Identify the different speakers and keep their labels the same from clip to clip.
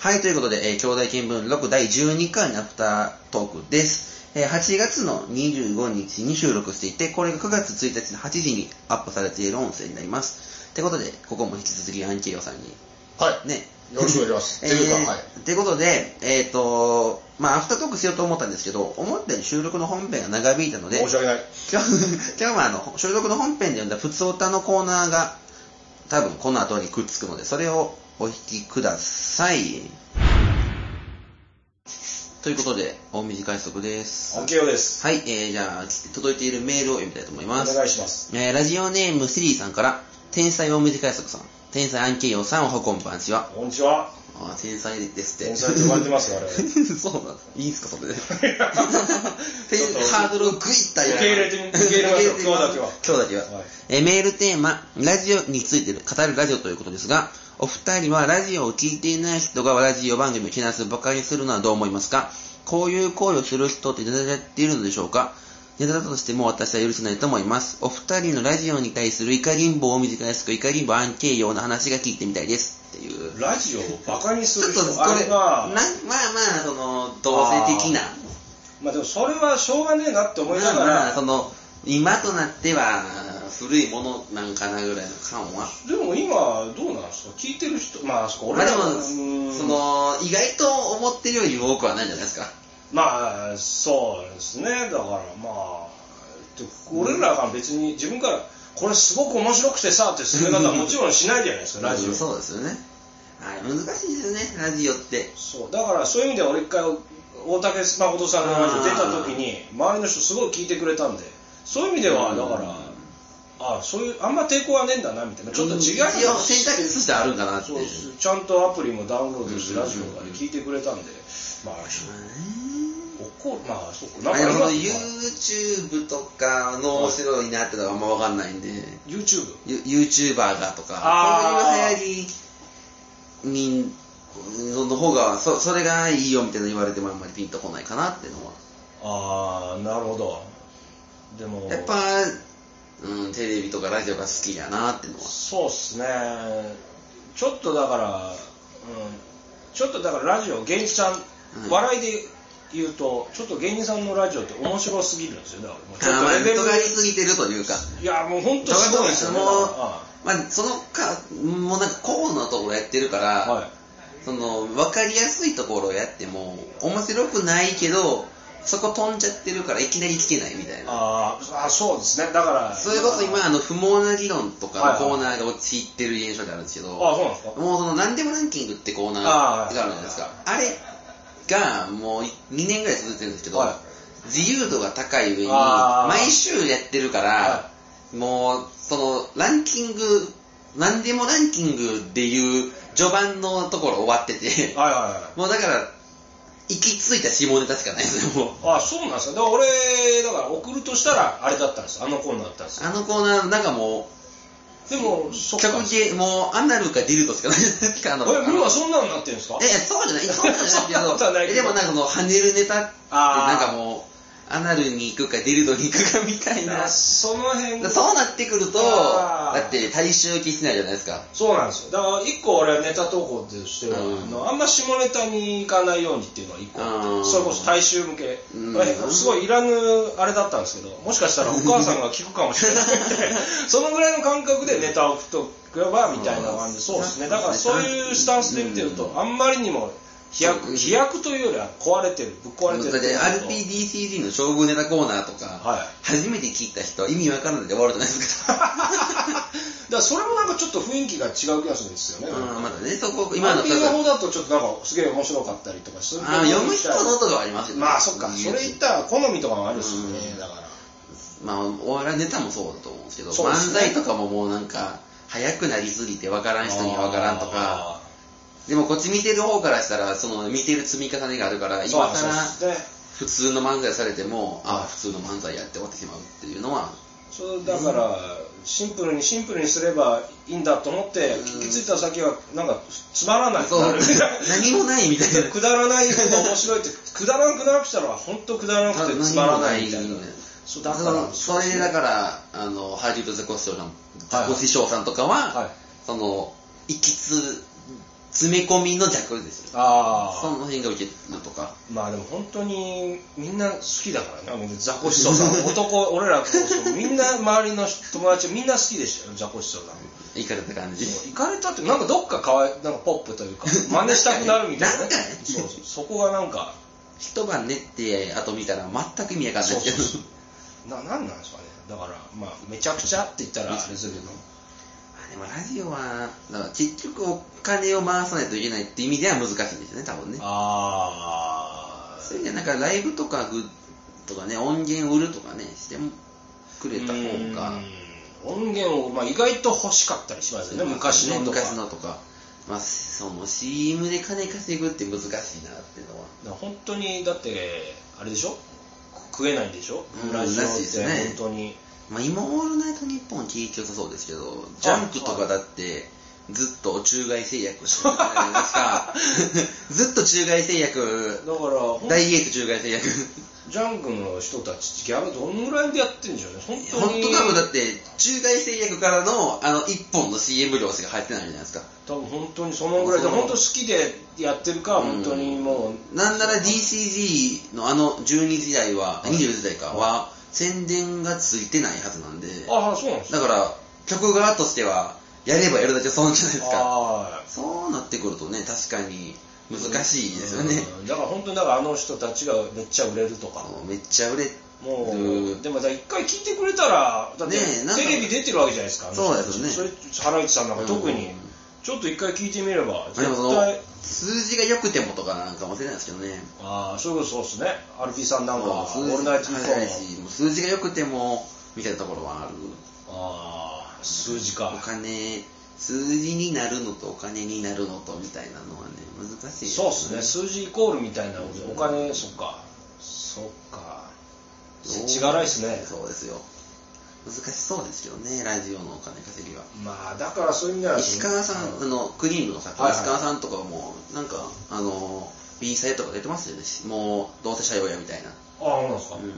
Speaker 1: はい、ということで、えー兄弟見聞録第12回のアフタートークです。えー8月の25日に収録していて、これが9月1日の8時にアップされている音声になります。ってことで、ここも引き続きアンケイオさんに、
Speaker 2: はい。
Speaker 1: ね。
Speaker 2: よろしくお願いしま す。
Speaker 1: え
Speaker 2: というか、はい。
Speaker 1: ー、ってことで、えっ、と、まあアフタートークしようと思ったんですけど、思ったより収録の本編が長引いたので、
Speaker 2: 申し訳ない。
Speaker 1: 今日 今日はあの収録の本編で読んだ「ふつおた」のコーナーが多分この後にくっつくのでそれをお引きくださいということで大短い速です
Speaker 2: オンケオです。
Speaker 1: はい、えー、じゃあ来て届いているメールを読みたいと思い
Speaker 2: お
Speaker 1: ます
Speaker 2: 願いします。
Speaker 1: えーラジオネームシリーさんから天才大短い速さん天才アンケイヨさんおはこんばんちは
Speaker 2: こんに ちは。
Speaker 1: あー天才ですって
Speaker 2: 天才と呼ばれてますよ、あれ。
Speaker 1: そうなんです。いいんすか、それで。テンハードルをグイッと上げ
Speaker 2: 受け入れて受け入れましょう今日だけは
Speaker 1: 今日だけは。
Speaker 2: はい
Speaker 1: えーメールテーマ、ラジオについて語るラジオということですが、お二人はラジオを聞いていない人がラジオ番組をけなす、馬鹿にするのはどう思いますかこういう行為をする人ってネタでやっているのでしょうかネタだとしても私は許せないと思います。お二人のラジオに対する怒りんぼを短いすく怒りんぼ案件用の話が聞いてみたいです。っていう。
Speaker 2: ラジオをバカにす
Speaker 1: ちょ
Speaker 2: る
Speaker 1: っとこれ、
Speaker 2: 人、あれ
Speaker 1: なまあ
Speaker 2: は、
Speaker 1: まあ、その、同性的な。
Speaker 2: まあでもそれはしょうがねえなって思いな
Speaker 1: ま
Speaker 2: が
Speaker 1: あまあ、そ
Speaker 2: ら、
Speaker 1: の、今となっては、古いものなんかなぐらいの感は。
Speaker 2: でも今、どうなんですか聞いてる人、まあ、そこ
Speaker 1: まあで
Speaker 2: 俺ら
Speaker 1: も
Speaker 2: う、ん
Speaker 1: その、意外と思ってるより多くはないんじゃないですか。
Speaker 2: まあ、そうですね。だからまあ、で俺らが別に自分から、これすごく面白くてさって進め方はもちろんしないじゃないですか、ラジオ。
Speaker 1: そうですよね。あれ、難しいですよね、ラジオって。
Speaker 2: そうだからそういう意味では俺一回大竹誠さんのラジオ出た時に周りの人すごい聞いてくれたんでそういう意味では
Speaker 1: うん
Speaker 2: だからあそういうあんま抵抗はねえんだなみたいなちょっと違い
Speaker 1: 一応選択肢としてあるんかなって
Speaker 2: そ
Speaker 1: いう
Speaker 2: う。そうちゃんとアプリもダウンロードしてラジオまで聞いてくれたんでまあ怒るまあそっか
Speaker 1: ま
Speaker 2: な
Speaker 1: あで
Speaker 2: んか
Speaker 1: もその
Speaker 2: 今
Speaker 1: YouTube とかの面白いなってのはあんまわかんないんで。
Speaker 2: YouTube
Speaker 1: ユ YouTuber がとか
Speaker 2: あー
Speaker 1: そういう流行りにの方がそそれがいいよみたいな言われてもあんまりピンとこないかなっていうのは
Speaker 2: ああなるほどでも
Speaker 1: やっぱ、うん、テレビとかラジオが好きだなっていうのは
Speaker 2: そうっすねちょっとだから、うん、ちょっとだからラジオ芸人さん、
Speaker 1: うん
Speaker 2: 笑いで言うとちょっと芸人さんのラジオって面白すぎるんですよだからもうちょ
Speaker 1: あーまあ
Speaker 2: っとレベル
Speaker 1: 尖りすぎてるというか
Speaker 2: いやもう本当すごいですよね
Speaker 1: もう
Speaker 2: は、
Speaker 1: まあ、そのかもうなんか顧問のところやってるから、
Speaker 2: いはい
Speaker 1: その分かりやすいところをやっても面白くないけどそこ飛んじゃってるからいきなり聞けないみたいな
Speaker 2: あーあそうですねだから
Speaker 1: それこそ今、あの、不毛な議論とか
Speaker 2: は
Speaker 1: の
Speaker 2: い
Speaker 1: コーナーが陥ってる現象があるんですけど、
Speaker 2: あそうなんですか
Speaker 1: もうその、何でもランキングってコーナーがあるじゃないですか。あれが、もう2年ぐらい続いてるんですけど、
Speaker 2: はい
Speaker 1: 自由度が高い上に、
Speaker 2: あー
Speaker 1: 毎週やってるから、
Speaker 2: は
Speaker 1: もう、その、ランキング、何でもランキングでいう序盤のところ終わってて、
Speaker 2: はいはいはい
Speaker 1: もうだから、行き着いた下ネタしかないですよ、もう。
Speaker 2: あそうなんですよだから俺だから送るとしたらあれだったんですあのコーナーだったんです
Speaker 1: あのコーナー、なんかもう、
Speaker 2: でもそっか
Speaker 1: 曲系、もう、アナルかディルドしかないですか、あの、
Speaker 2: え今そんなのになってるんですか
Speaker 1: え、そうじゃない、そうじゃないけ
Speaker 2: そうじゃ
Speaker 1: ど、
Speaker 2: ない
Speaker 1: え
Speaker 2: けど
Speaker 1: でもなんかその、跳ねるネタって、な
Speaker 2: あ
Speaker 1: ん
Speaker 2: ー
Speaker 1: かもう、アナルに行くか、ディルドに行くかみたいな。そ
Speaker 2: その辺
Speaker 1: うなってくると、
Speaker 2: あー
Speaker 1: だって、大衆受けしないじゃないですか。
Speaker 2: そうなんですよ。だから、一個俺はネタ投稿としては、
Speaker 1: うん
Speaker 2: あのあんま下ネタに行かないようにっていうのは一個あって、
Speaker 1: うん
Speaker 2: それこそ大衆向け、
Speaker 1: うん
Speaker 2: これすごいいらぬあれだったんですけど、もしかしたらお母さんが聞くかもしれないみ たいな、そのぐらいの感覚でネタを送っとけばみたいな感じで、そうですね。だからそういうスタンスで見てると、あんまりにも飛
Speaker 1: うん
Speaker 2: 躍、飛躍というよりは壊れてる、ぶっ壊れてる
Speaker 1: だって、
Speaker 2: い
Speaker 1: RPDCG の将軍ネタコーナーとか、
Speaker 2: はい
Speaker 1: 初めて聞いた人、意味わからないで終わるじゃないです
Speaker 2: だ
Speaker 1: か。
Speaker 2: からそれもなんかちょっと雰囲気が違う気がするんですよね。
Speaker 1: うん、まだね、そこ、今
Speaker 2: 今
Speaker 1: の
Speaker 2: の、の方だとちょっとなんかすげえ面白かったりとかするけど
Speaker 1: あー読む人のとかありますよね。
Speaker 2: まあそっかそれ言ったら好みとかもあるしね
Speaker 1: うん
Speaker 2: だから
Speaker 1: まあ、お笑いネタもそうだと思うんですけど、
Speaker 2: そう
Speaker 1: 漫
Speaker 2: ですね
Speaker 1: 才とかももうなんか、早くなりすぎて分からん人には分からんとか、
Speaker 2: あ
Speaker 1: でもこっち見てる方からしたら、その見てる積み重ねがあるから、
Speaker 2: ー
Speaker 1: 今
Speaker 2: そう
Speaker 1: 更
Speaker 2: ですね
Speaker 1: 普通の漫才されても、ああ、普通の漫才やって終わってしまうっていうのは、
Speaker 2: そうだからシンプルにシンプルにすればいいんだと思って
Speaker 1: うん
Speaker 2: 気づいた先はなんかつまらない
Speaker 1: そう、
Speaker 2: なるみたいな
Speaker 1: 何もないみたいな。
Speaker 2: くだらない方が面白いってくだらなくなくしたら本当くだらなくてつまらないみたいなそうだから
Speaker 1: それでだから、あの、ハリウッドザコシショウさん、
Speaker 2: はい
Speaker 1: ザコシショウさんとかは、
Speaker 2: はい
Speaker 1: その、行きつ詰め込みのジャックですよ。
Speaker 2: あ
Speaker 1: その辺が受けるとか。
Speaker 2: まあでも本当にみんな好きだからね、もうザコシショウさ ん、男、俺らこうそうみんな周りの友達みんな好きでしたよ、ザコシショウさん。
Speaker 1: いかれた感じ。
Speaker 2: 行かれたって、なんかどっかかわい、なんかポップというか、真似したくなるみたいな
Speaker 1: なん
Speaker 2: ね
Speaker 1: かね。
Speaker 2: そうそう、そこがなんか、
Speaker 1: 一晩寝て、後見たら全く意味わかんない
Speaker 2: そう
Speaker 1: けど。
Speaker 2: そうそうな、なんなんですかね。だから、まあ、めちゃくちゃって言ったら、あれですけど。
Speaker 1: あでもラジオは、だから結局お金を回さないといけないって意味では難しいんですよね、多分ね。
Speaker 2: あ
Speaker 1: そういう意味ではなんかライブとかグッとかね、音源売るとかね、してくれた方が。
Speaker 2: 音源を、まあ、意外と欲しかったりしますよね、昔のとか。
Speaker 1: 昔のとか。まあ、その CM で金稼ぐって難しいなっていうのは。
Speaker 2: だから本当にだってあれでしょ食えないんでしょ、
Speaker 1: うん
Speaker 2: ラジオっ
Speaker 1: らしいです
Speaker 2: て
Speaker 1: ね
Speaker 2: 本当に
Speaker 1: まあ、今、オールナイトニッポン聞いてよさそうですけど、ジャンクとかだって、ずっと中外製薬してるじゃない ですか。ずっと中外製薬、
Speaker 2: だからほん
Speaker 1: ダイエート中外製薬。
Speaker 2: ジャンクの人たちギャルどんぐらいでやってるんでしょうね本当
Speaker 1: 本
Speaker 2: に
Speaker 1: 当多分だって、中外製薬からの、あの、1本の CM 量しか入ってないじゃないですか。
Speaker 2: 多分本当にそのぐらいで
Speaker 1: そう
Speaker 2: 本当好きでやってるか
Speaker 1: うん
Speaker 2: 本当にも
Speaker 1: なんなら DCG のあの12時代は、20時代かは、宣伝がついてないはずなんで、
Speaker 2: うああそうなんです
Speaker 1: だから、曲側としては、やればやるだけ損じゃないですか。
Speaker 2: あ
Speaker 1: そうなってくるとね、確かに難しいですよ
Speaker 2: あ
Speaker 1: ね。
Speaker 2: うんだから本当にだからあの人たちがめっちゃ売れるとか
Speaker 1: あのめっちゃ売れ
Speaker 2: もう、
Speaker 1: うん
Speaker 2: でもだから一回聞いてくれたらだって
Speaker 1: ねえなんか
Speaker 2: テレビ出てるわけじゃないですかあの人たち
Speaker 1: そうですよ
Speaker 2: それ原市さんなんか特に、
Speaker 1: うん
Speaker 2: ちょっと一回聞いてみれば
Speaker 1: でもそ
Speaker 2: 絶
Speaker 1: の
Speaker 2: 対、
Speaker 1: 数字が良くてもとかなんかもしれないですけどね。
Speaker 2: ああそういうことそうですねアルピーさんなんかは
Speaker 1: 数
Speaker 2: オ
Speaker 1: 字
Speaker 2: ールナイトニッポン
Speaker 1: は
Speaker 2: の
Speaker 1: いしもう数字が良くても、みたいなところはある。
Speaker 2: ああ数字
Speaker 1: お
Speaker 2: か
Speaker 1: 金、数字になるのとお金になるのとみたいなのはね、難しい
Speaker 2: そうですね
Speaker 1: ね。
Speaker 2: 数字イコールみたいなのでお金そっかそっか
Speaker 1: どう
Speaker 2: 違うらいですね
Speaker 1: そうですよ。難しそうですけどね、ラジオのお金稼ぎは。
Speaker 2: まあだからそういう意味では
Speaker 1: 石川さん、あの、クリームの作
Speaker 2: は
Speaker 1: 家、
Speaker 2: いはい
Speaker 1: 石川さんとかも、なんか、あの、B サイとか出てますよね。もう、どうせ社用やみたいな。
Speaker 2: ああそうなんですか、
Speaker 1: うんうん、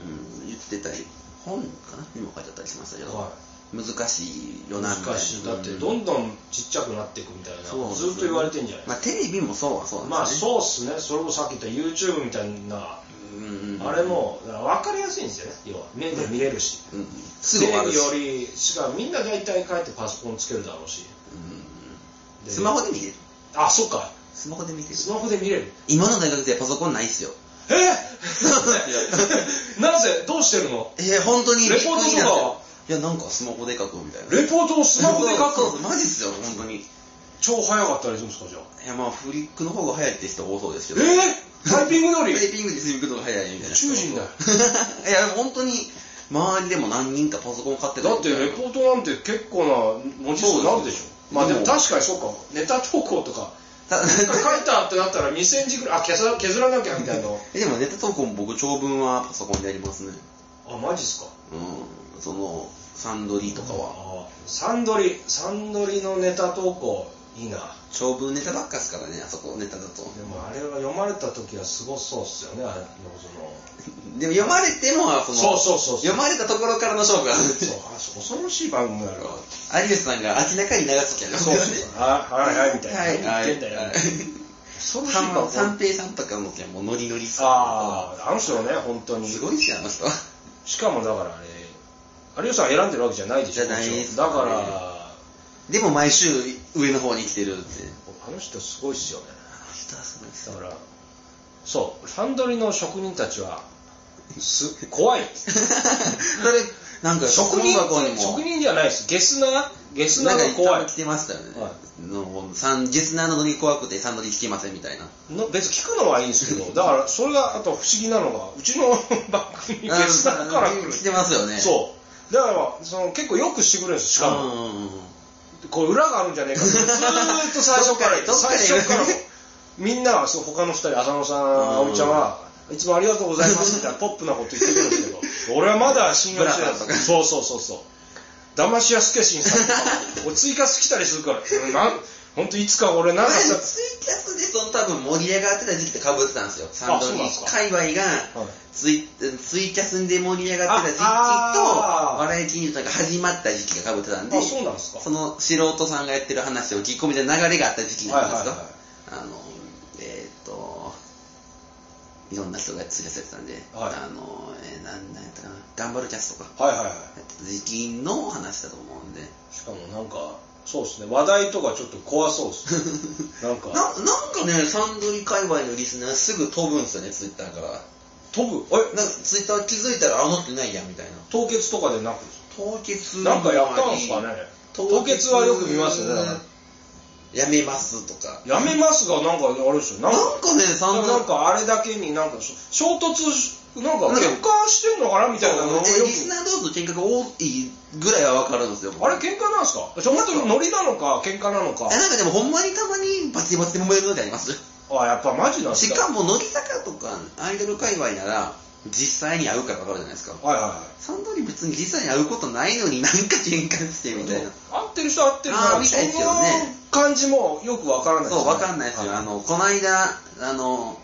Speaker 1: 言ってたり、本かなにも書いてあったりしましたけど、
Speaker 2: は
Speaker 1: 難しいよな、みたいな。
Speaker 2: 難しいだって
Speaker 1: うん
Speaker 2: どんどんちっちゃくなっていくみたいな
Speaker 1: そうですね
Speaker 2: ずっと言われてんじゃないです
Speaker 1: ま
Speaker 2: か
Speaker 1: あ、テレビもそうはそうなんですよね。
Speaker 2: まあそうっすね、それもさっき言った YouTube みたいな、
Speaker 1: うんうんうん
Speaker 2: あれもだから分かりやすいんですよね、要は、目で見れるし、
Speaker 1: うんすぐ終わるし。
Speaker 2: テレビより、しかもみんな大体帰ってパソコンつけるだろうし、
Speaker 1: うん
Speaker 2: で
Speaker 1: スマホで見れる。
Speaker 2: あ、そっか、
Speaker 1: スマホで見てる。
Speaker 2: スマホで見れる、
Speaker 1: 今の大学でパソコンないっすよ。
Speaker 2: え ー、なぜ、どうしてるの、
Speaker 1: えー、本当に。
Speaker 2: レポートとか
Speaker 1: びっくりなんですよいや、なんかスマホで書くみたいな。
Speaker 2: レポートをスマホで書
Speaker 1: そうそう
Speaker 2: く、
Speaker 1: マジっすよ、本当に。い
Speaker 2: 超早かったりするんですか、じゃあ、
Speaker 1: や、まあ、フリックの方が早いって人多そうですけど。
Speaker 2: えー、タイピング通
Speaker 1: タ
Speaker 2: り、
Speaker 1: イピングでスイングの方が早いみたいな。
Speaker 2: 宇宙人だよ
Speaker 1: いや、本当に、周りでも何人かパソコン買ってた
Speaker 2: だってレポートなんて結構な文字数になるでしょ、まあでも確かにそうか、ネタ投稿と か。
Speaker 1: た
Speaker 2: なんか書いたってなったら2センチぐらい、あ、削ら削らなきゃみたいな。
Speaker 1: えでもネタ投稿も僕、長文はパソコンでやりますね。
Speaker 2: あ、マジっすか
Speaker 1: うん。その、サンドリーとかは。
Speaker 2: あサンドリ、サンドリのネタ投稿、いいな。
Speaker 1: 長文ネタばっかっすからね、あそこネタだと。
Speaker 2: でもあれは読まれた時はすごそうっすよね、あの、その。
Speaker 1: でも読まれても、その、
Speaker 2: そうそうそうそう
Speaker 1: 読まれたところからの勝負があるんです
Speaker 2: そう
Speaker 1: よ。、
Speaker 2: あ、そう恐ろしい番組だろ。
Speaker 1: 有吉さんが明らかに流す時あります
Speaker 2: そう
Speaker 1: よ
Speaker 2: そ
Speaker 1: ね。
Speaker 2: うそう。あ はいはいみたいな。
Speaker 1: は
Speaker 2: 言
Speaker 1: い
Speaker 2: ってんだよ。
Speaker 1: はい
Speaker 2: 恐ろしい番
Speaker 1: 三三
Speaker 2: 組。
Speaker 1: 平さんとかの時はもうノリノリっすから
Speaker 2: ああ、あの人はね、本当に。
Speaker 1: すごいっすよ、あの人は。
Speaker 2: しかもだからあれ、有吉さん選んでるわけじゃないでしょ。
Speaker 1: じゃないです
Speaker 2: だから、
Speaker 1: でも毎週上の方に来てるって。
Speaker 2: あの人すごいっすよね。
Speaker 1: あの人はすごいっす
Speaker 2: だ
Speaker 1: よ
Speaker 2: からそうサンドリの職人たちはす怖い
Speaker 1: それ、なんか、
Speaker 2: 職人
Speaker 1: 箱にも。
Speaker 2: 職人じゃないですゲスナーゲスナーが
Speaker 1: なん
Speaker 2: 怖
Speaker 1: か
Speaker 2: い
Speaker 1: 一旦来てましたよね。
Speaker 2: は
Speaker 1: のサンジェスナーのノリ怖くてサンドリ聞けませんみたいな。
Speaker 2: の別に聞くのはいいんですけどだからそれがあと不思議なのがうちの番組ゲスナーから来る
Speaker 1: 来てますよね。
Speaker 2: そうだからその結構よくしてくれるんですしかも
Speaker 1: うんうんうん
Speaker 2: これ裏があるんじゃ ねえかってずーっと最初か
Speaker 1: どっかららどっから
Speaker 2: 最初からみんなはそう他の二人浅野さん葵ちゃんはいつもありがとうございますみたい なポップなこと言ってくるんですけど俺はまだ信用してな
Speaker 1: ブ
Speaker 2: い
Speaker 1: ラザーとか
Speaker 2: そうそうそうそう騙しやすけしんさんとか俺追加来たりするからうんなん本当いつか俺なん
Speaker 1: あ
Speaker 2: か
Speaker 1: れツ
Speaker 2: さ
Speaker 1: イキャスでその多分盛り上がってた時期と被ってたんですよ。サンド
Speaker 2: そう
Speaker 1: リ
Speaker 2: なんですか
Speaker 1: 界隈
Speaker 2: はい
Speaker 1: がツイツイキャスで盛り上がってた時期と
Speaker 2: ああー
Speaker 1: バラエティニュースが始まった時期が被ってたんで
Speaker 2: あ、そうなんですか
Speaker 1: その素人さんがやってる話を聞き込みで流れがあった時期なんですよ。
Speaker 2: はいはいはい
Speaker 1: あの、えーっと、いろんな人が連れてたんで、
Speaker 2: はい
Speaker 1: あの、えー、なんなんやったかな、頑張るキャスとか、
Speaker 2: はいはいはい。
Speaker 1: 時期の話だと思うんで、
Speaker 2: しかもなんか、そうですね、話題とかちょっと怖そうですね。なん
Speaker 1: な
Speaker 2: か、
Speaker 1: なんかね、サンドリ界隈のリスナーすぐ飛ぶんですよね、ツイッターから。
Speaker 2: 飛ぶ、え、
Speaker 1: なんかツイッター気づいたら、あ、持ってないや、みたいな。
Speaker 2: 凍結とかでなく、
Speaker 1: 凍結
Speaker 2: なんかやったんすかね。凍結はよく見ましたねだから。
Speaker 1: やめますとか。
Speaker 2: やめますが、なんかあれでしょ、
Speaker 1: な
Speaker 2: なん
Speaker 1: ん
Speaker 2: か、
Speaker 1: かね、サンドリ
Speaker 2: なんかあれだけになんか、衝突、なんか、
Speaker 1: なんか
Speaker 2: 喧嘩してんのかなみたいなのをよく
Speaker 1: えリスナー同士の喧嘩が多いぐらいは分かるんですよ。
Speaker 2: あれ喧嘩なんすか本当にノリなのか、喧嘩なのか
Speaker 1: え。なんかでもほんまにたまにバチバチで揉める時あります
Speaker 2: あ、やっぱマジなんす
Speaker 1: し
Speaker 2: か
Speaker 1: かも乃木坂とかアイドル界隈なら実際に会うから分かるじゃないですか
Speaker 2: はいはいはい。
Speaker 1: サンドリ別に実際に会うことないのになんか喧嘩してみたいな
Speaker 2: 合ってる人合ってるな
Speaker 1: あーみたいです
Speaker 2: そ
Speaker 1: よ
Speaker 2: の
Speaker 1: ね
Speaker 2: 感じもよくわからない
Speaker 1: そう分かんないですよ、
Speaker 2: は
Speaker 1: あのこの間あの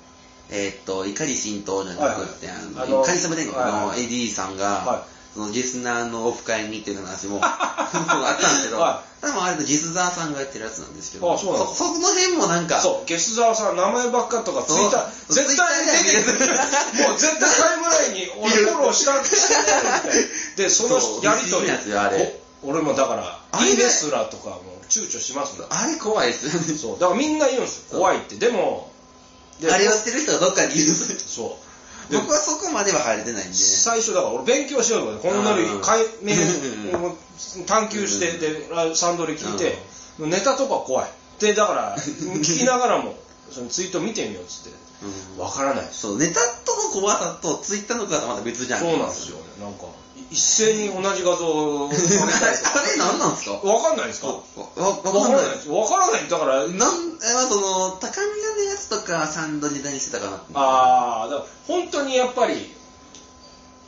Speaker 1: えーっと怒り浸透じゃなくって、
Speaker 2: はいはい
Speaker 1: あ
Speaker 2: あの
Speaker 1: の怒りサム天国
Speaker 2: はい
Speaker 1: の
Speaker 2: は
Speaker 1: エディさんが、
Speaker 2: は
Speaker 1: そのリスナーのオフ会にっていう話 もあったんですけど、
Speaker 2: は
Speaker 1: 多分あれとジスザーさんがやってるやつなんですけど
Speaker 2: あそうなんです
Speaker 1: そその辺もなんか
Speaker 2: そう、ゲス沢さん、名前ばっかとか、ツ
Speaker 1: そう
Speaker 2: イッター、絶対出てくる。もう絶対タイムラインに俺フォローしたくしてないみたいなで、その
Speaker 1: そう
Speaker 2: やり
Speaker 1: 不
Speaker 2: と
Speaker 1: 思議
Speaker 2: り
Speaker 1: なやつよあれ、
Speaker 2: お俺もだから、
Speaker 1: あれ
Speaker 2: いいですらとかもう躊躇しますもん
Speaker 1: あれ怖いですよね
Speaker 2: そう、だからみんな言うんですよ、怖いって。でも、で
Speaker 1: あれをしてる人がどっかにいる。
Speaker 2: そう。で
Speaker 1: 僕はそこまでは入れてないんで。
Speaker 2: 最初だから俺勉強しようとかでこんなに
Speaker 1: うん
Speaker 2: 解明
Speaker 1: うん
Speaker 2: を探求してでラサンドリ聞いてネタとか怖いでだから聞きながらもそのツイート見てみようっつって
Speaker 1: うん
Speaker 2: わからないです
Speaker 1: そう、ネタとの怖さとツイッターの怖さはまた別じゃん。
Speaker 2: そうなんですよ。ねなんか一斉に同じ画像を上げたりと か
Speaker 1: あれ何なんですかわ、
Speaker 2: わかんないですかわ
Speaker 1: わわかんない。
Speaker 2: ですわからないだから
Speaker 1: なん、え、まあ、その、高見のやつとかサンドネタにしてたかなって。
Speaker 2: ああだから本当にやっぱり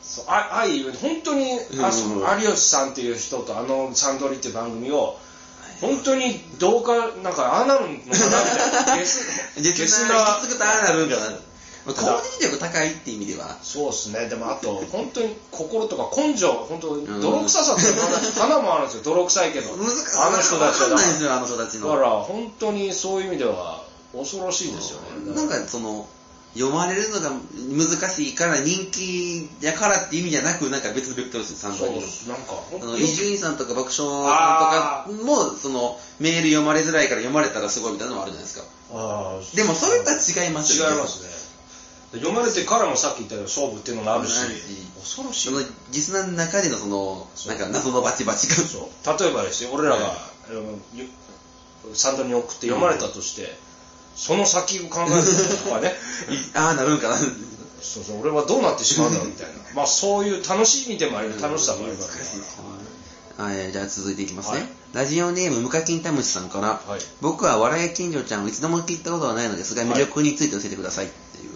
Speaker 2: そうあ愛ゆえ本当にあそ
Speaker 1: うん
Speaker 2: 有吉さんっていう人とあのサンドリっていう番組を本当にどうかなんかああなるのかなみ たいなゲスゲ
Speaker 1: 実
Speaker 2: ス
Speaker 1: 際、
Speaker 2: な
Speaker 1: 引き継ぐとああなるんかな。まあ、コーディ力高いって意味では。
Speaker 2: そうですねでもあと本当に心とか根性本当に泥臭さって花もあるんですよ泥臭いけどあ
Speaker 1: 難しい。
Speaker 2: の人たち
Speaker 1: わかん
Speaker 2: は
Speaker 1: ないんですよ、あの人たち
Speaker 2: だ
Speaker 1: の。
Speaker 2: から本当にそういう意味では恐ろしいですよね
Speaker 1: なんかその読まれるのが難しいから人気やからって意味じゃなくなんか別ベクトルですよ3
Speaker 2: そう
Speaker 1: 番
Speaker 2: で
Speaker 1: に
Speaker 2: すなんか
Speaker 1: あの伊集院さんとか爆笑
Speaker 2: あ
Speaker 1: さんとかもそのメール読まれづらいから読まれたらすごいみたいなのもあるじゃないですか
Speaker 2: あー
Speaker 1: でもそれとは違いますよ
Speaker 2: 違いますね読まれてからもさっき言ったような勝負っていうのがあるし
Speaker 1: あるし
Speaker 2: 恐ろしい
Speaker 1: そのリスナーの中でのそのなんか謎のバチバチ感
Speaker 2: 例えばですよ俺らが、うんよサンドに送って読まれたとして、その先を考えると かね
Speaker 1: ああなるんかな
Speaker 2: そうそう俺はどうなってしまうんだろうみたいなまあそういう楽しみでもあり 楽しさもありますから
Speaker 1: はいえーじゃあ続いていきますね、
Speaker 2: はい
Speaker 1: ラジオネームムカキンタムシさんから、
Speaker 2: はい
Speaker 1: 僕は笑い金城ちゃんを一度も聞いたことはないのですが魅力について教えてくださいっていう、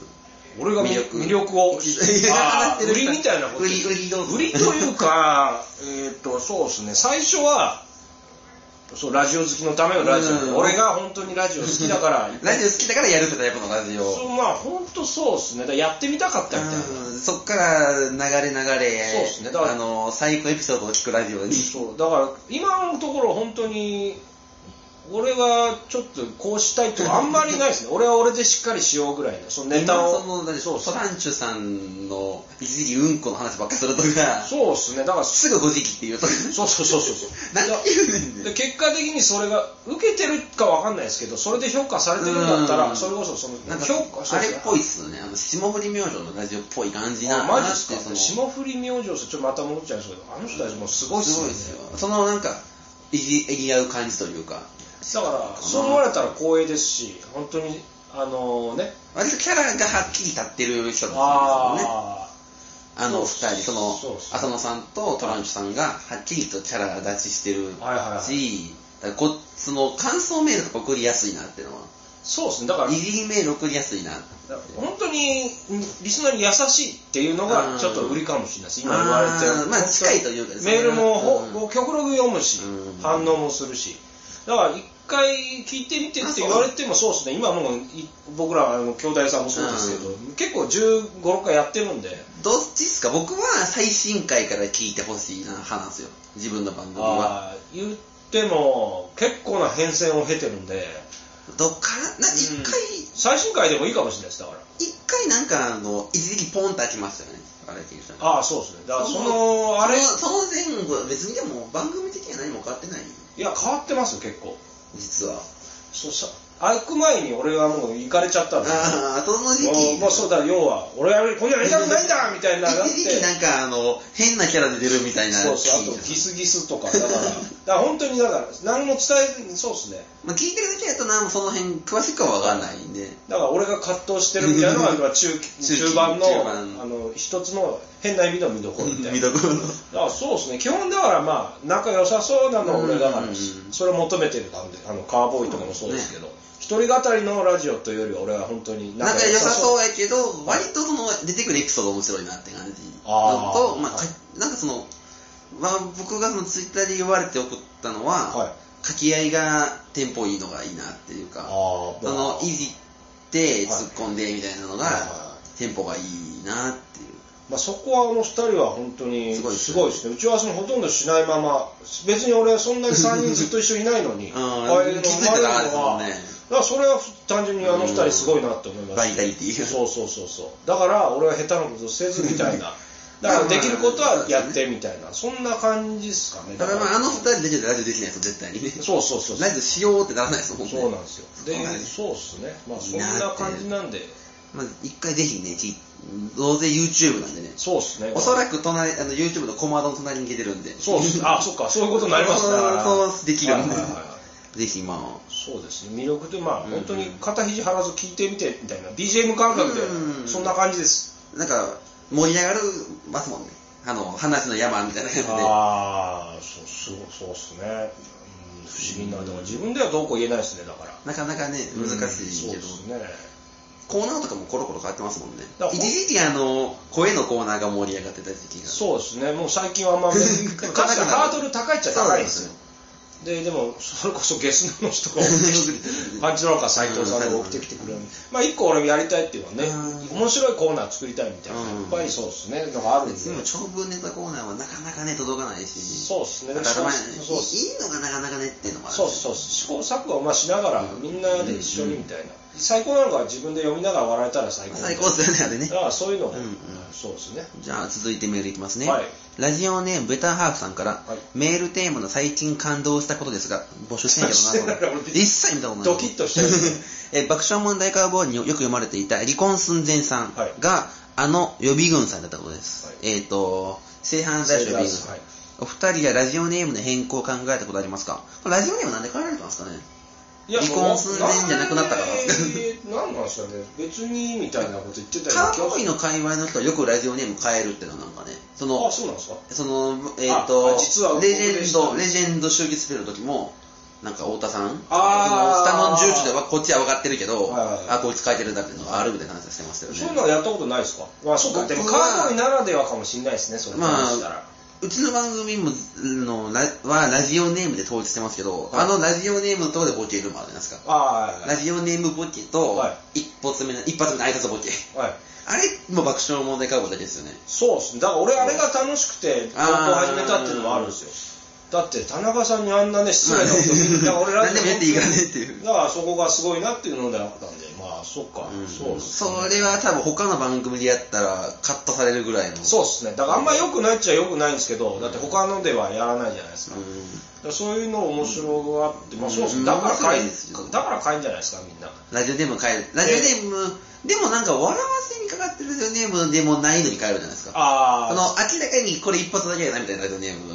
Speaker 2: 俺が魅力魅力をあ ー売りみたいなこと
Speaker 1: 売り売りどうぞ
Speaker 2: 売りとい うかえーっとそうですね最初はそうラジオ好きのためのラジ
Speaker 1: うん
Speaker 2: オ俺が本当にラジオ好きだから
Speaker 1: ラジオ好きだからやるってタイプのラジオ
Speaker 2: そうまあ本当そうですねだからやってみたかったみたいな
Speaker 1: うんそっから流れ流れ
Speaker 2: そうっすねだから
Speaker 1: あの最高エピソードを聞くラジオに
Speaker 2: そうだから今のところ本当に俺はちょっとこうしたいと かあんまりないですね俺は俺でしっかりしようぐらいのそのネタを
Speaker 1: 今その何
Speaker 2: そうっす
Speaker 1: トランチュさんの一時期うんこの話ばっかりするとか
Speaker 2: そうですねだ からそ
Speaker 1: すぐご時期っていうとか
Speaker 2: そうそうそうそう
Speaker 1: 何
Speaker 2: だ
Speaker 1: て言うねん
Speaker 2: で
Speaker 1: ね
Speaker 2: 結果的にそれが受けてるかわかんないですけどそれで評価されてるんだった
Speaker 1: う
Speaker 2: ら
Speaker 1: ん
Speaker 2: それこそその
Speaker 1: なんか
Speaker 2: 評価そう
Speaker 1: あれ
Speaker 2: すね
Speaker 1: っぽいっすよねあの霜降り明星のラジオっぽい感じな
Speaker 2: あ
Speaker 1: んだ
Speaker 2: マジ
Speaker 1: な
Speaker 2: っ
Speaker 1: っ
Speaker 2: す
Speaker 1: て
Speaker 2: か
Speaker 1: その
Speaker 2: 霜降り明星さんちょっとまた戻っちゃうんですけどあの人たちもうすごいっ
Speaker 1: す
Speaker 2: す
Speaker 1: ご
Speaker 2: よ
Speaker 1: い
Speaker 2: ね
Speaker 1: ですよそのなんかいじえぎ合う感じというか
Speaker 2: だからそう思われたら光栄ですし本当にあのね
Speaker 1: 割とキャラがはっきり立ってる人たちですよね
Speaker 2: ああ
Speaker 1: あの二
Speaker 2: そう
Speaker 1: 人その
Speaker 2: そうっす
Speaker 1: 浅野さんとトランプさんがはっきりとキャラ立ちしてるし、
Speaker 2: はいはいはい
Speaker 1: だからこその感想メールとか送りやすいなっていうのは
Speaker 2: そうですねだから
Speaker 1: いじりメール送りやすいな
Speaker 2: 本当にリスナーに優しいっていうの
Speaker 1: う
Speaker 2: が
Speaker 1: ん
Speaker 2: ちょっと売りかもしれないです今言われて
Speaker 1: あー
Speaker 2: る
Speaker 1: まあ近いというかですね
Speaker 2: メールも
Speaker 1: うん
Speaker 2: ほ極力読むし
Speaker 1: うん
Speaker 2: 反応もするしだから一回聞いてみてって言われてもそうですね今もうい僕らあの兄弟さんもそうですけど結構1 5 6回やってるんで
Speaker 1: どっちっすか僕は最新回から聞いてほしいな派なんですよ自分の番組は
Speaker 2: あー言っても結構な変遷を経てるんで
Speaker 1: どっから、な、一
Speaker 2: うん
Speaker 1: 回、
Speaker 2: 最新回でもいいかもしれないです、だから。
Speaker 1: 一回なんか、あの、一時期ポンと開きましたよね。荒井健さん。
Speaker 2: ああ、そうですね。だからそ
Speaker 1: そ
Speaker 2: の、あれ、
Speaker 1: そのその前後は別にでも番組的には何も変わってない
Speaker 2: いや、変わってますよ、結構。
Speaker 1: 実は
Speaker 2: そうさ、あ行く前に俺はもう行かれちゃったんで。
Speaker 1: ああその時
Speaker 2: も
Speaker 1: 期
Speaker 2: う もうそうだ、要は、俺はこんなやりたくないんだみたいな、だって。
Speaker 1: 一時期なんかあの変なキャラで出るみたいな
Speaker 2: そうそう、あとギスギスとか、だから、だから本当にだから、何も伝えずに、そうですね。
Speaker 1: まあ、聞いてるだけやとなその辺詳しくは分かんないんで
Speaker 2: だから俺が葛藤してるみたいなのが今中
Speaker 1: 中
Speaker 2: 中盤の
Speaker 1: 中盤
Speaker 2: あの一つの変な意味の見どころみたいな
Speaker 1: 見どころの
Speaker 2: だからそうですね基本だからまあ仲良さそうなのは俺だか
Speaker 1: うんうんう
Speaker 2: ら
Speaker 1: ん
Speaker 2: それを求めてる感じあのカーボーイとかもそうですけど、一人語りのラジオというよりは俺は本当に
Speaker 1: 仲良さそう
Speaker 2: う
Speaker 1: やけど割とその出てくるエピソードが面白いなって感じの
Speaker 2: あー
Speaker 1: とまあ、かなんかその、まあ、僕がそのツイッターで言われて送ったのは、
Speaker 2: はい
Speaker 1: 掛け合いがテンポいいのがいいなっていうか
Speaker 2: あー
Speaker 1: そのいじって突っ込んでみたいなのが、
Speaker 2: はいはいは
Speaker 1: テンポがいいなっていう
Speaker 2: まあ、そこはあの二人は本当に
Speaker 1: すごいです
Speaker 2: す
Speaker 1: ね
Speaker 2: ごいですねうちはそのほとんどしないまま別に俺はそんなに3人ずっと一緒にいないの に
Speaker 1: うん
Speaker 2: ああいうの
Speaker 1: 気づいたらあれですもんね
Speaker 2: 生まれるのがだからそれは単純にあの二人すごいなって思いました
Speaker 1: バイタリティが
Speaker 2: そうそうそうそうだから俺は下手なことせずみ たいなだからできることはやってみたいなそんな感じですかね
Speaker 1: だからまああの二
Speaker 2: 人
Speaker 1: 人だけでラジオできないですよ絶対にね
Speaker 2: そうそうそう
Speaker 1: ラジオしようってならないですよ本当に
Speaker 2: そうなんですよ
Speaker 1: そうなん
Speaker 2: で
Speaker 1: です
Speaker 2: そうっすねまあ
Speaker 1: い
Speaker 2: そ
Speaker 1: い
Speaker 2: ん
Speaker 1: なって
Speaker 2: な感じなんで
Speaker 1: まあ一回ぜひねきどうせ YouTube なんでね
Speaker 2: そうっすね
Speaker 1: おそらく隣あの YouTube のコマドの隣に出てるんで
Speaker 2: そうっすあそっかそういうことになりますね
Speaker 1: そう
Speaker 2: だから
Speaker 1: そうできるんで
Speaker 2: はいはいはい
Speaker 1: ぜひまあ
Speaker 2: そうですね魅力でまあ
Speaker 1: うん
Speaker 2: 本当に肩肘張らず聞いてみてみたいな BGM 感覚
Speaker 1: う
Speaker 2: で
Speaker 1: ん
Speaker 2: そんな感じです
Speaker 1: なんか盛り上がるますもんねあの話の山みたいな感じで
Speaker 2: ああそうすごいそうっすねうん不思議なだから自分ではどうこう言えないですねだから
Speaker 1: なかなかね難しいけど、
Speaker 2: そうですね
Speaker 1: コーナーとかもコロコロ変わってますもんね
Speaker 2: だから
Speaker 1: 一時期あの声のコーナーが盛り上がってた時期が
Speaker 2: そうですねもう最近はあ んま確かにハードル高いっちゃ高いんですよででもそれこそゲスの人が起きてきてパンチローカー斎藤さんが起きてきてくれるまあ一個俺やりたいっていうのはね
Speaker 1: うん
Speaker 2: 面白いコーナー作りたいみたいな
Speaker 1: うん
Speaker 2: やっぱりそうですねのがあるんで
Speaker 1: でも長文ネタコーナーはなかなかね届かないし
Speaker 2: そうっすね
Speaker 1: 当たり前
Speaker 2: そうっす
Speaker 1: いいのがなかなかねっていうのもある
Speaker 2: そうそう試行錯誤をまあしながらみんなで一緒にみたいな最高なのが自分で読みながら笑えたら最高
Speaker 1: 最高っすよねあれね
Speaker 2: だからそういうのを
Speaker 1: うんうん
Speaker 2: そうですね
Speaker 1: じゃあ続いてメールいきますね、
Speaker 2: はい
Speaker 1: ラジオネームベターハーフさんから、
Speaker 2: はい
Speaker 1: メールテーマの最近感動したことですが募集してないけどな
Speaker 2: してない
Speaker 1: こ
Speaker 2: 俺
Speaker 1: れ一切見たことない
Speaker 2: ドキッとしてる
Speaker 1: え爆笑問題カーボーイによく読まれていた離婚寸前さんが、
Speaker 2: はい
Speaker 1: あの予備軍さんだったことです、
Speaker 2: はい
Speaker 1: えっ、と性犯罪者予備軍さん、
Speaker 2: はい
Speaker 1: お二人がラジオネームの変更を考えたことありますかこれラジオネームなんで変えられたんですかね
Speaker 2: いや
Speaker 1: 離婚寸前じゃなくなったから
Speaker 2: 何なんですかね別にみたいなこと言ってたよ
Speaker 1: カ
Speaker 2: うな気
Speaker 1: ー
Speaker 2: が
Speaker 1: ボーイの界隈の人はよくラジオネーム変えるっていうのはなんかねその
Speaker 2: あそうなんですか
Speaker 1: その、えっ、と
Speaker 2: ああ実は僕
Speaker 1: レ
Speaker 2: で
Speaker 1: ジェン
Speaker 2: した
Speaker 1: ド、レジェンド集結ペルの時も、なんか太田さん、
Speaker 2: あー
Speaker 1: その下の住所ではこっちは分かってるけど、
Speaker 2: はいはいはい
Speaker 1: あ、こいつ書いてるんだっていうのがあるみたいな話はしてましたよ
Speaker 2: そういう
Speaker 1: ね。
Speaker 2: のはやったことないですかまあそうかでも
Speaker 1: 僕
Speaker 2: カ
Speaker 1: は
Speaker 2: ーボーイならではかもしれないですねそれ
Speaker 1: ま
Speaker 2: 話したら、
Speaker 1: あ、うちの番組ものラはラジオネームで統一してますけど、
Speaker 2: は
Speaker 1: あ
Speaker 2: い
Speaker 1: のラジオネームのところでボケるもあるじゃないですか。
Speaker 2: あーはい
Speaker 1: ラジオネームボケと、
Speaker 2: はい
Speaker 1: 一発目の、一発目の挨拶ボケ。
Speaker 2: はい
Speaker 1: あれも爆笑問題かぶだけですよね。
Speaker 2: そうですねだから俺あれが楽しくて投稿
Speaker 1: あー
Speaker 2: 始めたっていうのもあるんですよだって田中さんにあんなね失礼なこと言ってだから俺ら
Speaker 1: 何でもやっていいからねっていう
Speaker 2: だからそこがすごいなっていうのであったんでまあそっか、
Speaker 1: うん
Speaker 2: そうですね
Speaker 1: それは多分他の番組でやったらカットされるぐらいの。
Speaker 2: そうですねだからあんま良くないっちゃ良くないんですけどだって他のではやらないじゃないですか,、
Speaker 1: う
Speaker 2: だか
Speaker 1: ん
Speaker 2: らそういうの面白があって、まあそうです
Speaker 1: うん
Speaker 2: ねだから
Speaker 1: 面白
Speaker 2: 買
Speaker 1: い
Speaker 2: い
Speaker 1: ですよ
Speaker 2: だから買いんじゃないですかみんな
Speaker 1: ラジオネーム変える。ラジオネーム、でもなんか笑わせにかかってるラジオネームでもないのに変えるじゃないですか。
Speaker 2: あ
Speaker 1: あ
Speaker 2: あ
Speaker 1: の、明らかにこれ一発だけやなみたいなラジオネーム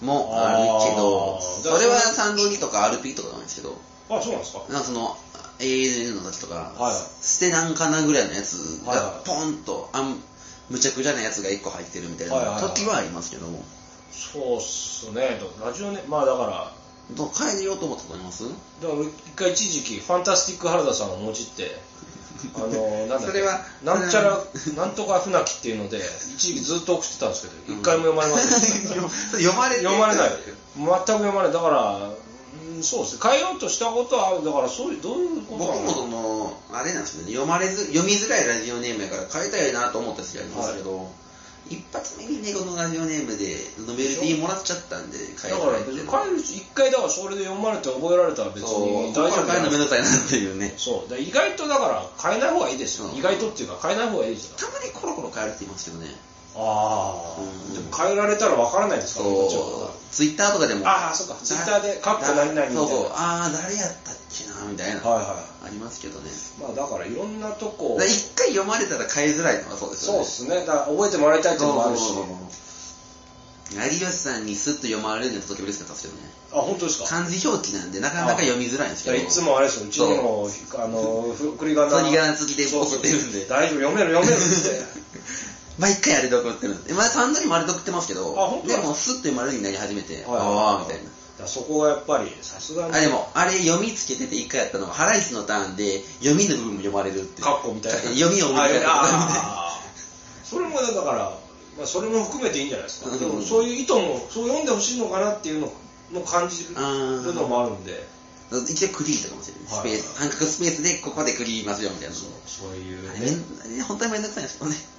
Speaker 1: もあるけど、そ
Speaker 2: あー
Speaker 1: れは三郎とか RP とかなんですけど、
Speaker 2: あそうなんですか
Speaker 1: なんかその、ANN の時とか、
Speaker 2: はい
Speaker 1: 捨てなんかなぐらいのやつ
Speaker 2: はい
Speaker 1: が
Speaker 2: はい
Speaker 1: ポンと、あんむちゃくちゃなやつが一個入ってるみたいな
Speaker 2: はいはいはい
Speaker 1: 時はありますけど、
Speaker 2: そうっすねラジオねまあだから
Speaker 1: どう変えようと思ったことあります
Speaker 2: だから俺一回一時期ファンタスティック原田さんをもじってあ のなんだっけ
Speaker 1: それは
Speaker 2: なんちゃら
Speaker 1: そ
Speaker 2: なんとか船木っていうので一時期ずっと送ってたんですけど一回も読まれませ んでした、
Speaker 1: 読まれて
Speaker 2: 読まれない全く読まれないだからうんそうですね変えようとしたことはあるだからそういうどういうこと
Speaker 1: 僕
Speaker 2: なの
Speaker 1: もそのあれなんですよね読まれず読みづらいラジオネームやから変えたいなと思った時ありますけど、一発目にね、このラジオネームで、ノベルティもらっちゃったんで、帰
Speaker 2: だ
Speaker 1: る
Speaker 2: から別に帰る一回だからそれで読まれて覚えられたら別
Speaker 1: そう、
Speaker 2: に
Speaker 1: こ
Speaker 2: 大丈
Speaker 1: こ
Speaker 2: 夫
Speaker 1: から帰るのめんどくさいなっていうね。
Speaker 2: そうだから意外とだから変えない方がいいですよ、
Speaker 1: うん
Speaker 2: 意外とっていうか変えない方がいいですよ
Speaker 1: たまにコロコロ帰るって言いますけどね。
Speaker 2: ああ、
Speaker 1: うん
Speaker 2: でも変えられたらわからないですからこっちはまだ
Speaker 1: そう、ツイッターとかでも。
Speaker 2: あーそっか
Speaker 1: だ
Speaker 2: Twitter でカッコ何々みたいな
Speaker 1: そうそう、あー、誰やったっけな、みたいな。
Speaker 2: はいは
Speaker 1: ありますけどね。
Speaker 2: まあだからいろんなと
Speaker 1: だ
Speaker 2: こ
Speaker 1: から一回読まれたら買いづらいのはそうですよ
Speaker 2: そう
Speaker 1: ね。
Speaker 2: で。すねだから覚えてもらいたいっていうのもあるし
Speaker 1: 有吉さんにスッと読まれるのと時々だったんですけどね。
Speaker 2: あ本当ですか
Speaker 1: 漢字表記なんで、なかなか読みづらいんです
Speaker 2: い
Speaker 1: け
Speaker 2: や
Speaker 1: ど。
Speaker 2: いつもあれですようちにもあのふ送り仮名
Speaker 1: 送り仮名付きで
Speaker 2: そうそ
Speaker 1: 送
Speaker 2: う
Speaker 1: ってるんで
Speaker 2: 大丈夫読める読めるって
Speaker 1: 毎回あれで送ってるんで、まあ、3度にもあれで送ってますけど、
Speaker 2: あ本当
Speaker 1: で
Speaker 2: だ
Speaker 1: も、スッと丸になり始めて、
Speaker 2: はい
Speaker 1: ああ、みたい
Speaker 2: だからそこがやっぱりさすがに
Speaker 1: な。あ、でも、あれ読みつけてて1回やったのが、ハライチのターンで、読みの部分も読まれるっていう。
Speaker 2: カッコみたいな
Speaker 1: 読みを
Speaker 2: あ
Speaker 1: 覚えて
Speaker 2: あ それもだから、まあ、それも含めていいんじゃないですか、
Speaker 1: うん
Speaker 2: でもそういう意図もそう読んでほしいのかなっていうのも感じるのもあるんで、
Speaker 1: 一応クリーとかもしれない。スペース、
Speaker 2: は
Speaker 1: 半角スペースでここでクリーますよ、みたいな。
Speaker 2: そうそういう
Speaker 1: あれめ
Speaker 2: ね
Speaker 1: んあれ本当にめんどくさいんですけどね。
Speaker 2: うん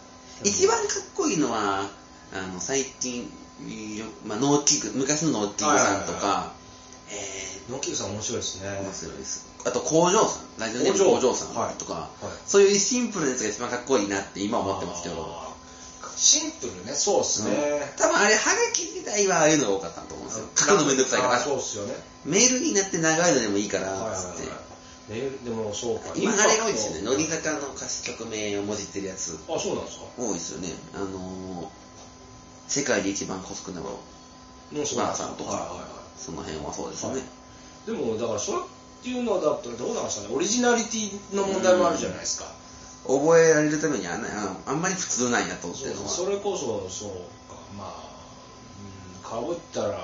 Speaker 1: 一番かっこいいのは、あの、最近、よまあ、ノーキック、昔のノーキックさんと
Speaker 2: はいはいはい
Speaker 1: か、えー、
Speaker 2: 野球さん面白いですね
Speaker 1: 面白いですあと工場さんラジオネーム工
Speaker 2: 工場
Speaker 1: 場さんとか、
Speaker 2: いはい
Speaker 1: そういうシンプルなやつが一番かっこいいなって今思ってますけど、
Speaker 2: あーシンプルねそうですね、
Speaker 1: うん多分あれハガキ時代はああいうのが多かったと思うんですよ書くのめんどくさいか
Speaker 2: あー
Speaker 1: ら
Speaker 2: そうっすよね
Speaker 1: メールになって長いのでもいいから
Speaker 2: はいはい
Speaker 1: っつって、
Speaker 2: はいねでもそうか
Speaker 1: 今あれが多いですよね
Speaker 2: インパクト
Speaker 1: 乃木坂の歌詞曲名をもじってるやつ
Speaker 2: あそうなんですか
Speaker 1: 多いですよねあのー世界で一番コスクなの
Speaker 2: もうそうなんですか
Speaker 1: まあさんとか
Speaker 2: はいはいはい
Speaker 1: その辺はそうですよね、
Speaker 2: はいでもだからそういうのだったらどうなんですかねオリジナリティの問題もあるじゃないですか、
Speaker 1: 覚えられるためにはあんなあのあんまり普通なんやと思って
Speaker 2: そ
Speaker 1: る
Speaker 2: う
Speaker 1: のは
Speaker 2: それこそそうかまあかぶ、被ったら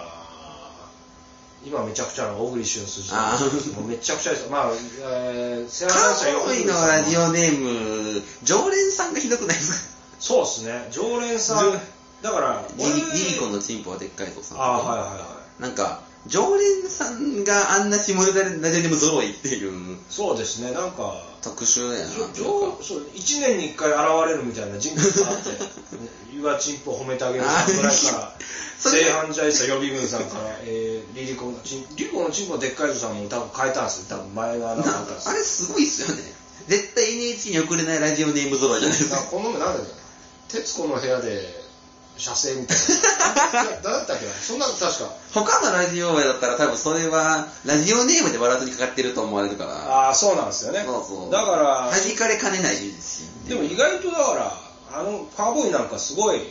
Speaker 2: 今めちゃくちゃな小栗旬筋
Speaker 1: あー
Speaker 2: もうめちゃくちゃですまあ、えー、世
Speaker 1: カーボーイのラジ
Speaker 2: オ
Speaker 1: オネーム、常連さんがひどくないですか
Speaker 2: そうですね常連さん
Speaker 1: 常
Speaker 2: だから
Speaker 1: リ
Speaker 2: 俺
Speaker 1: リリコのチンポはでっかいぞさんとか
Speaker 2: ああはいはいはい
Speaker 1: なんか、常連さんがあんな下ネタでラジオネーム揃いっていう
Speaker 2: そうですねなんか
Speaker 1: 特殊だよな
Speaker 2: じょ
Speaker 1: と
Speaker 2: じ
Speaker 1: いう
Speaker 2: ょ
Speaker 1: か。
Speaker 2: そう1年に1回現れるみたいな人物があ って「ゆわちんぽ褒めてあげるさん」ぐらいから
Speaker 1: それ
Speaker 2: 正反対した予備軍さんから「えー、リリコのちんリリコのちんぽでっかいぞさん」も多分変えたんですよ多分前が
Speaker 1: な
Speaker 2: なんかあったんです
Speaker 1: あ
Speaker 2: よ
Speaker 1: れすごいっすよね。絶対 NHK に送れないラジオネーム揃いじゃないです
Speaker 2: だから
Speaker 1: か。
Speaker 2: この前なんだっけ徹子の部屋で射精みたいないや 誰だったっけなそんなの確か
Speaker 1: 他のラジオだったら多分それは、ラジオネームで笑うとにかかってると思われるから。
Speaker 2: ああそうなんですよね
Speaker 1: そうそう。
Speaker 2: だから
Speaker 1: 弾かれかねないですよね
Speaker 2: でも意外とだからあのカーボーイなんかすごい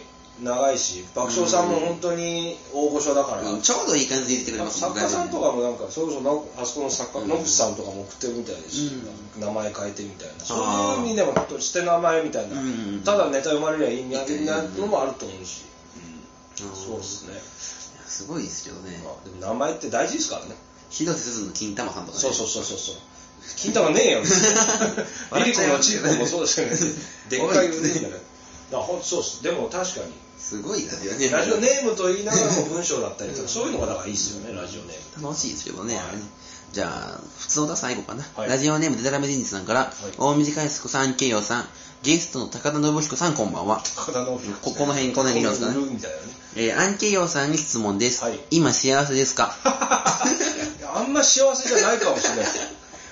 Speaker 2: 長いし爆笑さんも本当に大御所だから、
Speaker 1: うんちょうどいい感じで言ってくれます
Speaker 2: 作家さんとかもなんかそれこそなんかあそこの作
Speaker 1: う
Speaker 2: 家
Speaker 1: ん
Speaker 2: 野口さんとかも送ってるみたいですし、
Speaker 1: う
Speaker 2: 名前変えてみたいなそう
Speaker 1: あー
Speaker 2: いう意味でも本当に捨て名前みたいな、
Speaker 1: うん
Speaker 2: ただネタ読まれりゃいいみた
Speaker 1: うん
Speaker 2: いなのもあると思うし、
Speaker 1: うん
Speaker 2: そうですね、
Speaker 1: いやすごいですけどね。
Speaker 2: まあでも名前って大事ですからね
Speaker 1: 広瀬すずの金玉さんとかね。
Speaker 2: そうそうそうそうそう金玉ねえ よリリコのチームもそうですよねで っかい腕じゃないだからほんとそうっすでも確かに
Speaker 1: すごいラジオネーム。
Speaker 2: ラジオネームと言いながらも文章だったりとかそういうのがだからいいですよねラジオネーム
Speaker 1: 楽しいですけどね、
Speaker 2: はい
Speaker 1: あれねじゃあ、普通の最後かな、
Speaker 2: はい
Speaker 1: ラジオネームでたらめ人事さんから、大短いすこさん、慶陽さん、ゲストの高田信彦さん、こんばんは。
Speaker 2: 高田信彦
Speaker 1: ここの辺この辺いますかね
Speaker 2: ここの辺みたいなね
Speaker 1: えー、アン慶陽さんに質問です。
Speaker 2: はい
Speaker 1: 今幸せです か
Speaker 2: いやあんま幸せじゃないかもしれない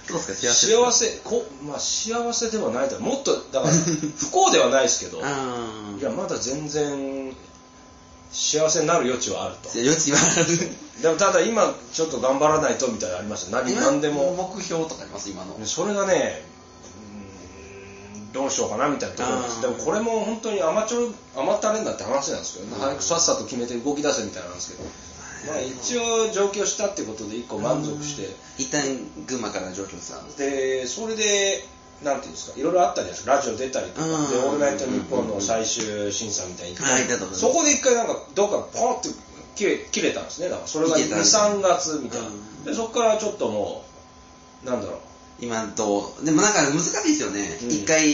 Speaker 1: どうですか、幸せですか
Speaker 2: 幸せこ、まあ、幸せではないだろうもっとだから不幸ではないですけどい
Speaker 1: あー
Speaker 2: やまだ全然幸せになる余地はあると
Speaker 1: じゃあ、よちはある。
Speaker 2: でもただ今ちょっと頑張らないとみたいなのありました何 何でも
Speaker 1: 目標とかあります、今の。
Speaker 2: それがねうーんどうしようかなみたいなところで
Speaker 1: あー
Speaker 2: すでもこれも本当にアマチュア甘ったれんだって話なんですけど、ね、早くさっさと決めて動き出せみたいなんですけど、まあ、一応上京したってことで一個満足して、
Speaker 1: 一旦群馬から上京したんです。
Speaker 2: でそれでなんていうんですかいろいろあったじゃないですかラジオ出たりとか、
Speaker 1: うん
Speaker 2: で「オールナイトニッポン」の最終審査みたいに、
Speaker 1: はいだと思います
Speaker 2: そこで一回なんかどっかポンって切れ切れたんですねだからそれが
Speaker 1: 切れたんです
Speaker 2: 23月みたいな、
Speaker 1: うん
Speaker 2: でそこからちょっともうなんだ ろう
Speaker 1: 今と、でもなんか難しいですよね。
Speaker 2: うん
Speaker 1: 一、回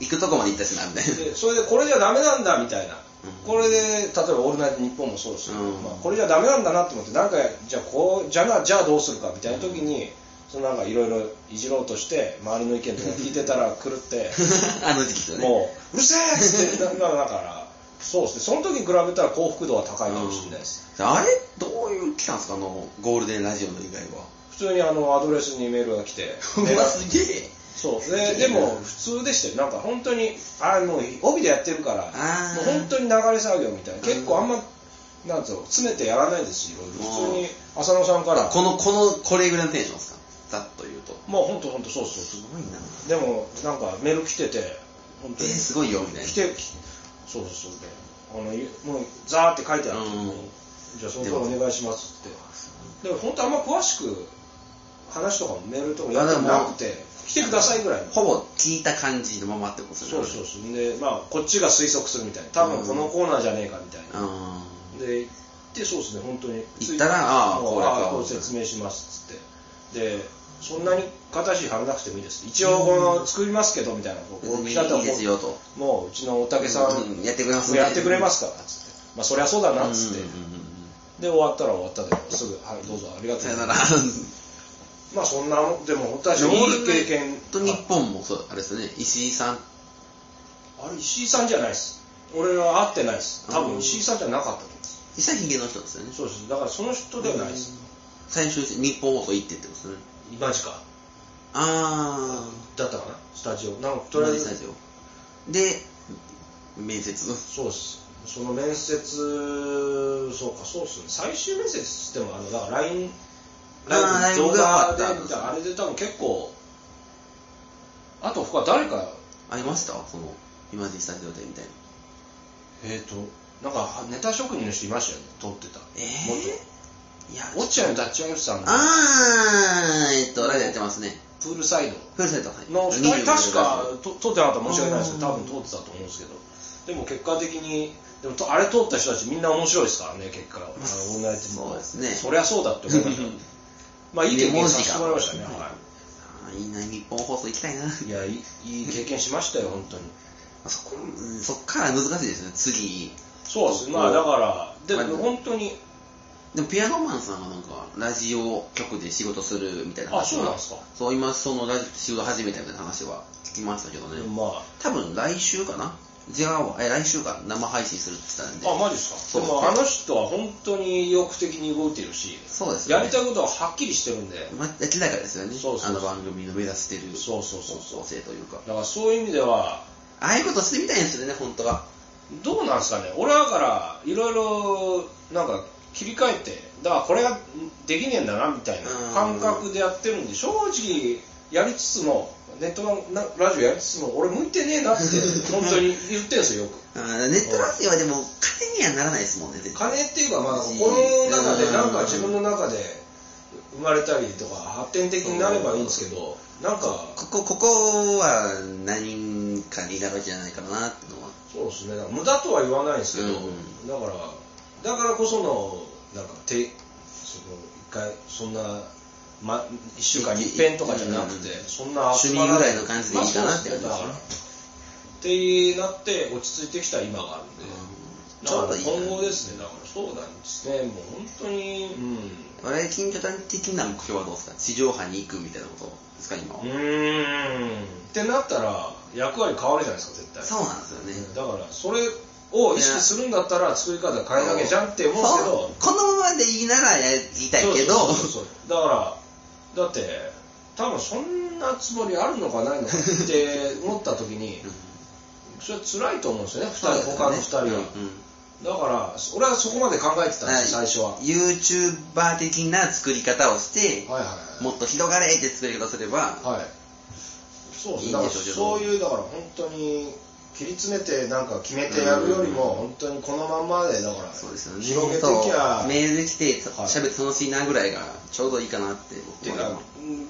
Speaker 1: 行くとこまで行ったしな、みたいな。
Speaker 2: でそれでこれじゃダメなんだみたいな、
Speaker 1: うん
Speaker 2: これで例えば「オールナイトニッポン」もそうですけど、
Speaker 1: うん
Speaker 2: まあ、これじゃダメなんだなと思ってなんかじゃあこうじゃあなじゃあどうするかみたいな時に、そのなんかいろいろいじろうとして周りの意見とか聞いてたら狂って
Speaker 1: あの時期ですよね。
Speaker 2: もううるせえっつってななだからそうですね、その時に比べたら幸福度は高いかもしれないです。
Speaker 1: あれどういう期間ですかあのゴールデンラジオの以外 は
Speaker 2: 普通にあのアドレスにメールが来 て、メー
Speaker 1: う
Speaker 2: ル
Speaker 1: わすげえ
Speaker 2: そう ででも普通でしたよ、なんか本当に、あもう帯でやってるから、も
Speaker 1: あー
Speaker 2: う本当に流れ作業みたいな、結構あんま、なんつうの、詰めてやらないですし、いろいろ普通に浅野さんから、
Speaker 1: このこのこれぐらいのテンションですかざっと言うと
Speaker 2: もう本当、本当、そうそうそ
Speaker 1: すごいな
Speaker 2: う、でもなんかメール来てて、本
Speaker 1: え
Speaker 2: 当
Speaker 1: ー、
Speaker 2: に、
Speaker 1: すごいよみたい
Speaker 2: 来
Speaker 1: な
Speaker 2: て、きそうそうそう、あのゆもうザーって書いてある、
Speaker 1: うん
Speaker 2: じゃあ、そのとお願いしますって、でも本当、あんま詳しく話とかもメールとかやってもなくて、来てくださいぐらいの。
Speaker 1: ほぼ聞いた感じのままってことです
Speaker 2: そ
Speaker 1: ね
Speaker 2: うそうそうでまあこっちが推測するみたいな多分このコーナーじゃねえかみたいな、
Speaker 1: あ
Speaker 2: で行ってそうですね本当に
Speaker 1: 行ったらああ
Speaker 2: も
Speaker 1: こ
Speaker 2: う
Speaker 1: うだ
Speaker 2: ああ
Speaker 1: こう
Speaker 2: こ
Speaker 1: だ
Speaker 2: う説明しますっつってでそんなに片足張らなくてもいいです一応この作りますけどみたいなこうこう
Speaker 1: ー
Speaker 2: 来
Speaker 1: い
Speaker 2: たと
Speaker 1: いですよと
Speaker 2: もううちのおたけさん、
Speaker 1: うんやってくれますね
Speaker 2: やってくれますからっつってまあそりゃそうだなっつって、
Speaker 1: うんうんうんうん
Speaker 2: で終わったら終わったですぐはいどうぞありがとう
Speaker 1: さよなら
Speaker 2: まあそんなでも本当はいい経験
Speaker 1: と日本もそうあれですよね石井さん
Speaker 2: あれ石井さんじゃないです俺は会ってないです多分石井さんじゃなかったと思います
Speaker 1: 石井ひげの人ですよね
Speaker 2: そうですだからその人ではないです
Speaker 1: 最終日本放送行ってってことですね
Speaker 2: マジか
Speaker 1: あ
Speaker 2: だったかなスタジオなんか
Speaker 1: あ
Speaker 2: とりあえ
Speaker 1: 同じ
Speaker 2: ず
Speaker 1: スタジオで面接
Speaker 2: そうですその面接そうかそうっすね最終面接っつってもあのだから LINE
Speaker 1: あー
Speaker 2: ライブ
Speaker 1: LINE
Speaker 2: 動
Speaker 1: があ
Speaker 2: 画
Speaker 1: っ
Speaker 2: で
Speaker 1: た
Speaker 2: みたいなあれで多分結構あと他誰か
Speaker 1: ありましたその今時スタジオでみたいな
Speaker 2: えっ、となんかネタ職人の人いましたよね撮ってた
Speaker 1: ええいや
Speaker 2: 元落合のダッチワイフさんの
Speaker 1: あーえっとラジオやってますね
Speaker 2: プールサイド
Speaker 1: フルセットはい
Speaker 2: の2人確かと通ってなかったら申し訳ないですけど
Speaker 1: う
Speaker 2: 多
Speaker 1: ん
Speaker 2: 分通ってたと思うんですけどでも結果的にでもとあれ通った人たちみんな面白いですからね結果あのオンラインって
Speaker 1: そうですね
Speaker 2: そりゃそうだって思いましたまあいい経験させてもらいましたね、
Speaker 1: レモン
Speaker 2: は、
Speaker 1: あーいいな日本放送行きたいない
Speaker 2: いやいいいい経験しましたよ本当に
Speaker 1: そこうんそっから難しいですね次
Speaker 2: そうですねまあだからでも本当に
Speaker 1: でもピアノマンさんがなんかラジオ局で仕事するみたいな話は
Speaker 2: あそうなんですか
Speaker 1: そう今そのラジオ仕事始めたみたいな話は聞きましたけどね、
Speaker 2: まあ
Speaker 1: 多分来週かな違うわえ来週か生配信するって言ってたんで
Speaker 2: あマジです
Speaker 1: そ
Speaker 2: か
Speaker 1: う
Speaker 2: で
Speaker 1: ですね
Speaker 2: もあの人は本当に意欲的に動いてるし
Speaker 1: そうですよ
Speaker 2: や
Speaker 1: ね
Speaker 2: りたいことははっきりしてるんで
Speaker 1: ま、明らかですよね
Speaker 2: そうそ
Speaker 1: あ
Speaker 2: うそう
Speaker 1: の番組の目指してる
Speaker 2: そうそうそうそう
Speaker 1: 方向性というか
Speaker 2: だからそういう意味では
Speaker 1: ああいうことしてみたいんですよね本当は
Speaker 2: どうなんすかね俺はだからいろいろなんか切り替えてだからこれができねえんだなみたいな
Speaker 1: うん
Speaker 2: 感覚でやってるんで正直やりつつもネットのなラジオやりつつも俺向いてねえな って本当に言ってるんですよよく
Speaker 1: あーネットラジオはでも金にはならないですもんね絶対
Speaker 2: 金っていうかまあこの中でなんか自分の中で生まれたりとか発展的になればいいんですけどなんか
Speaker 1: ここここは何かになるわけじゃないかなってのは
Speaker 2: そうですねだから無駄とは言わないんですけど、
Speaker 1: うん
Speaker 2: だからだからこそのなんかてその一回そんな、ま、1週間に一遍とかじゃなくて、
Speaker 1: うん
Speaker 2: そんな集ま
Speaker 1: 趣味ぐらいの感じでいいかなって
Speaker 2: まあそうですねだから
Speaker 1: 感
Speaker 2: ってなって落ち着いてきた今があるんで、
Speaker 1: ちょうどいい
Speaker 2: だから今後ですねだからそうなんですねもう本当にうん
Speaker 1: 我々近所団的な目標はどうですか地上波に行くみたいなことですか今は、
Speaker 2: うーんってなったら役割変わるじゃないですか絶対
Speaker 1: そうなんですよね、
Speaker 2: だからそれを意識するんだったら作り方変えなきゃじゃんって思うんですけど、
Speaker 1: そうこのままでいいならやりたいけど
Speaker 2: そうそうそうそうだからだって多分そんなつもりあるのかないのかって思った時にそれは辛いと思うんですよね
Speaker 1: そう
Speaker 2: 2
Speaker 1: で
Speaker 2: 人
Speaker 1: すよね
Speaker 2: 他の2人は、
Speaker 1: うんうん
Speaker 2: だから俺はそこまで考えてたんです
Speaker 1: はい
Speaker 2: 最初は、
Speaker 1: YouTuber 的な作り方をして、
Speaker 2: はいはい
Speaker 1: もっと広がれって作り方すれば、
Speaker 2: はいそうです
Speaker 1: いいん
Speaker 2: ねだから
Speaker 1: でしょうけど
Speaker 2: そういうだから本当に切り詰めてなんか決めてやるよりも本当にこのまんまでだから
Speaker 1: そうですよね
Speaker 2: 広げてき
Speaker 1: そ
Speaker 2: ゃ
Speaker 1: うメール来て
Speaker 2: はい
Speaker 1: 喋って楽しいなぐらいがちょうどいいかなって
Speaker 2: て
Speaker 1: 僕
Speaker 2: か
Speaker 1: は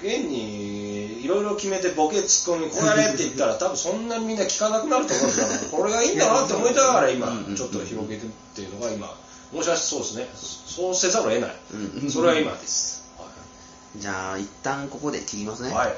Speaker 2: 現にいろいろ決めてボケツッコミこれやれって言ったら多分そんなにみんな聞かなくなると思うん だからこれがいいんだなって思いながら今
Speaker 1: うんうんうん
Speaker 2: ちょっと広げてるっていうのが今もしかしてそうですねそうせざるを得な
Speaker 1: うんうんう
Speaker 2: い
Speaker 1: ん
Speaker 2: それは今です
Speaker 1: じゃあ一旦ここで切りますね
Speaker 2: はい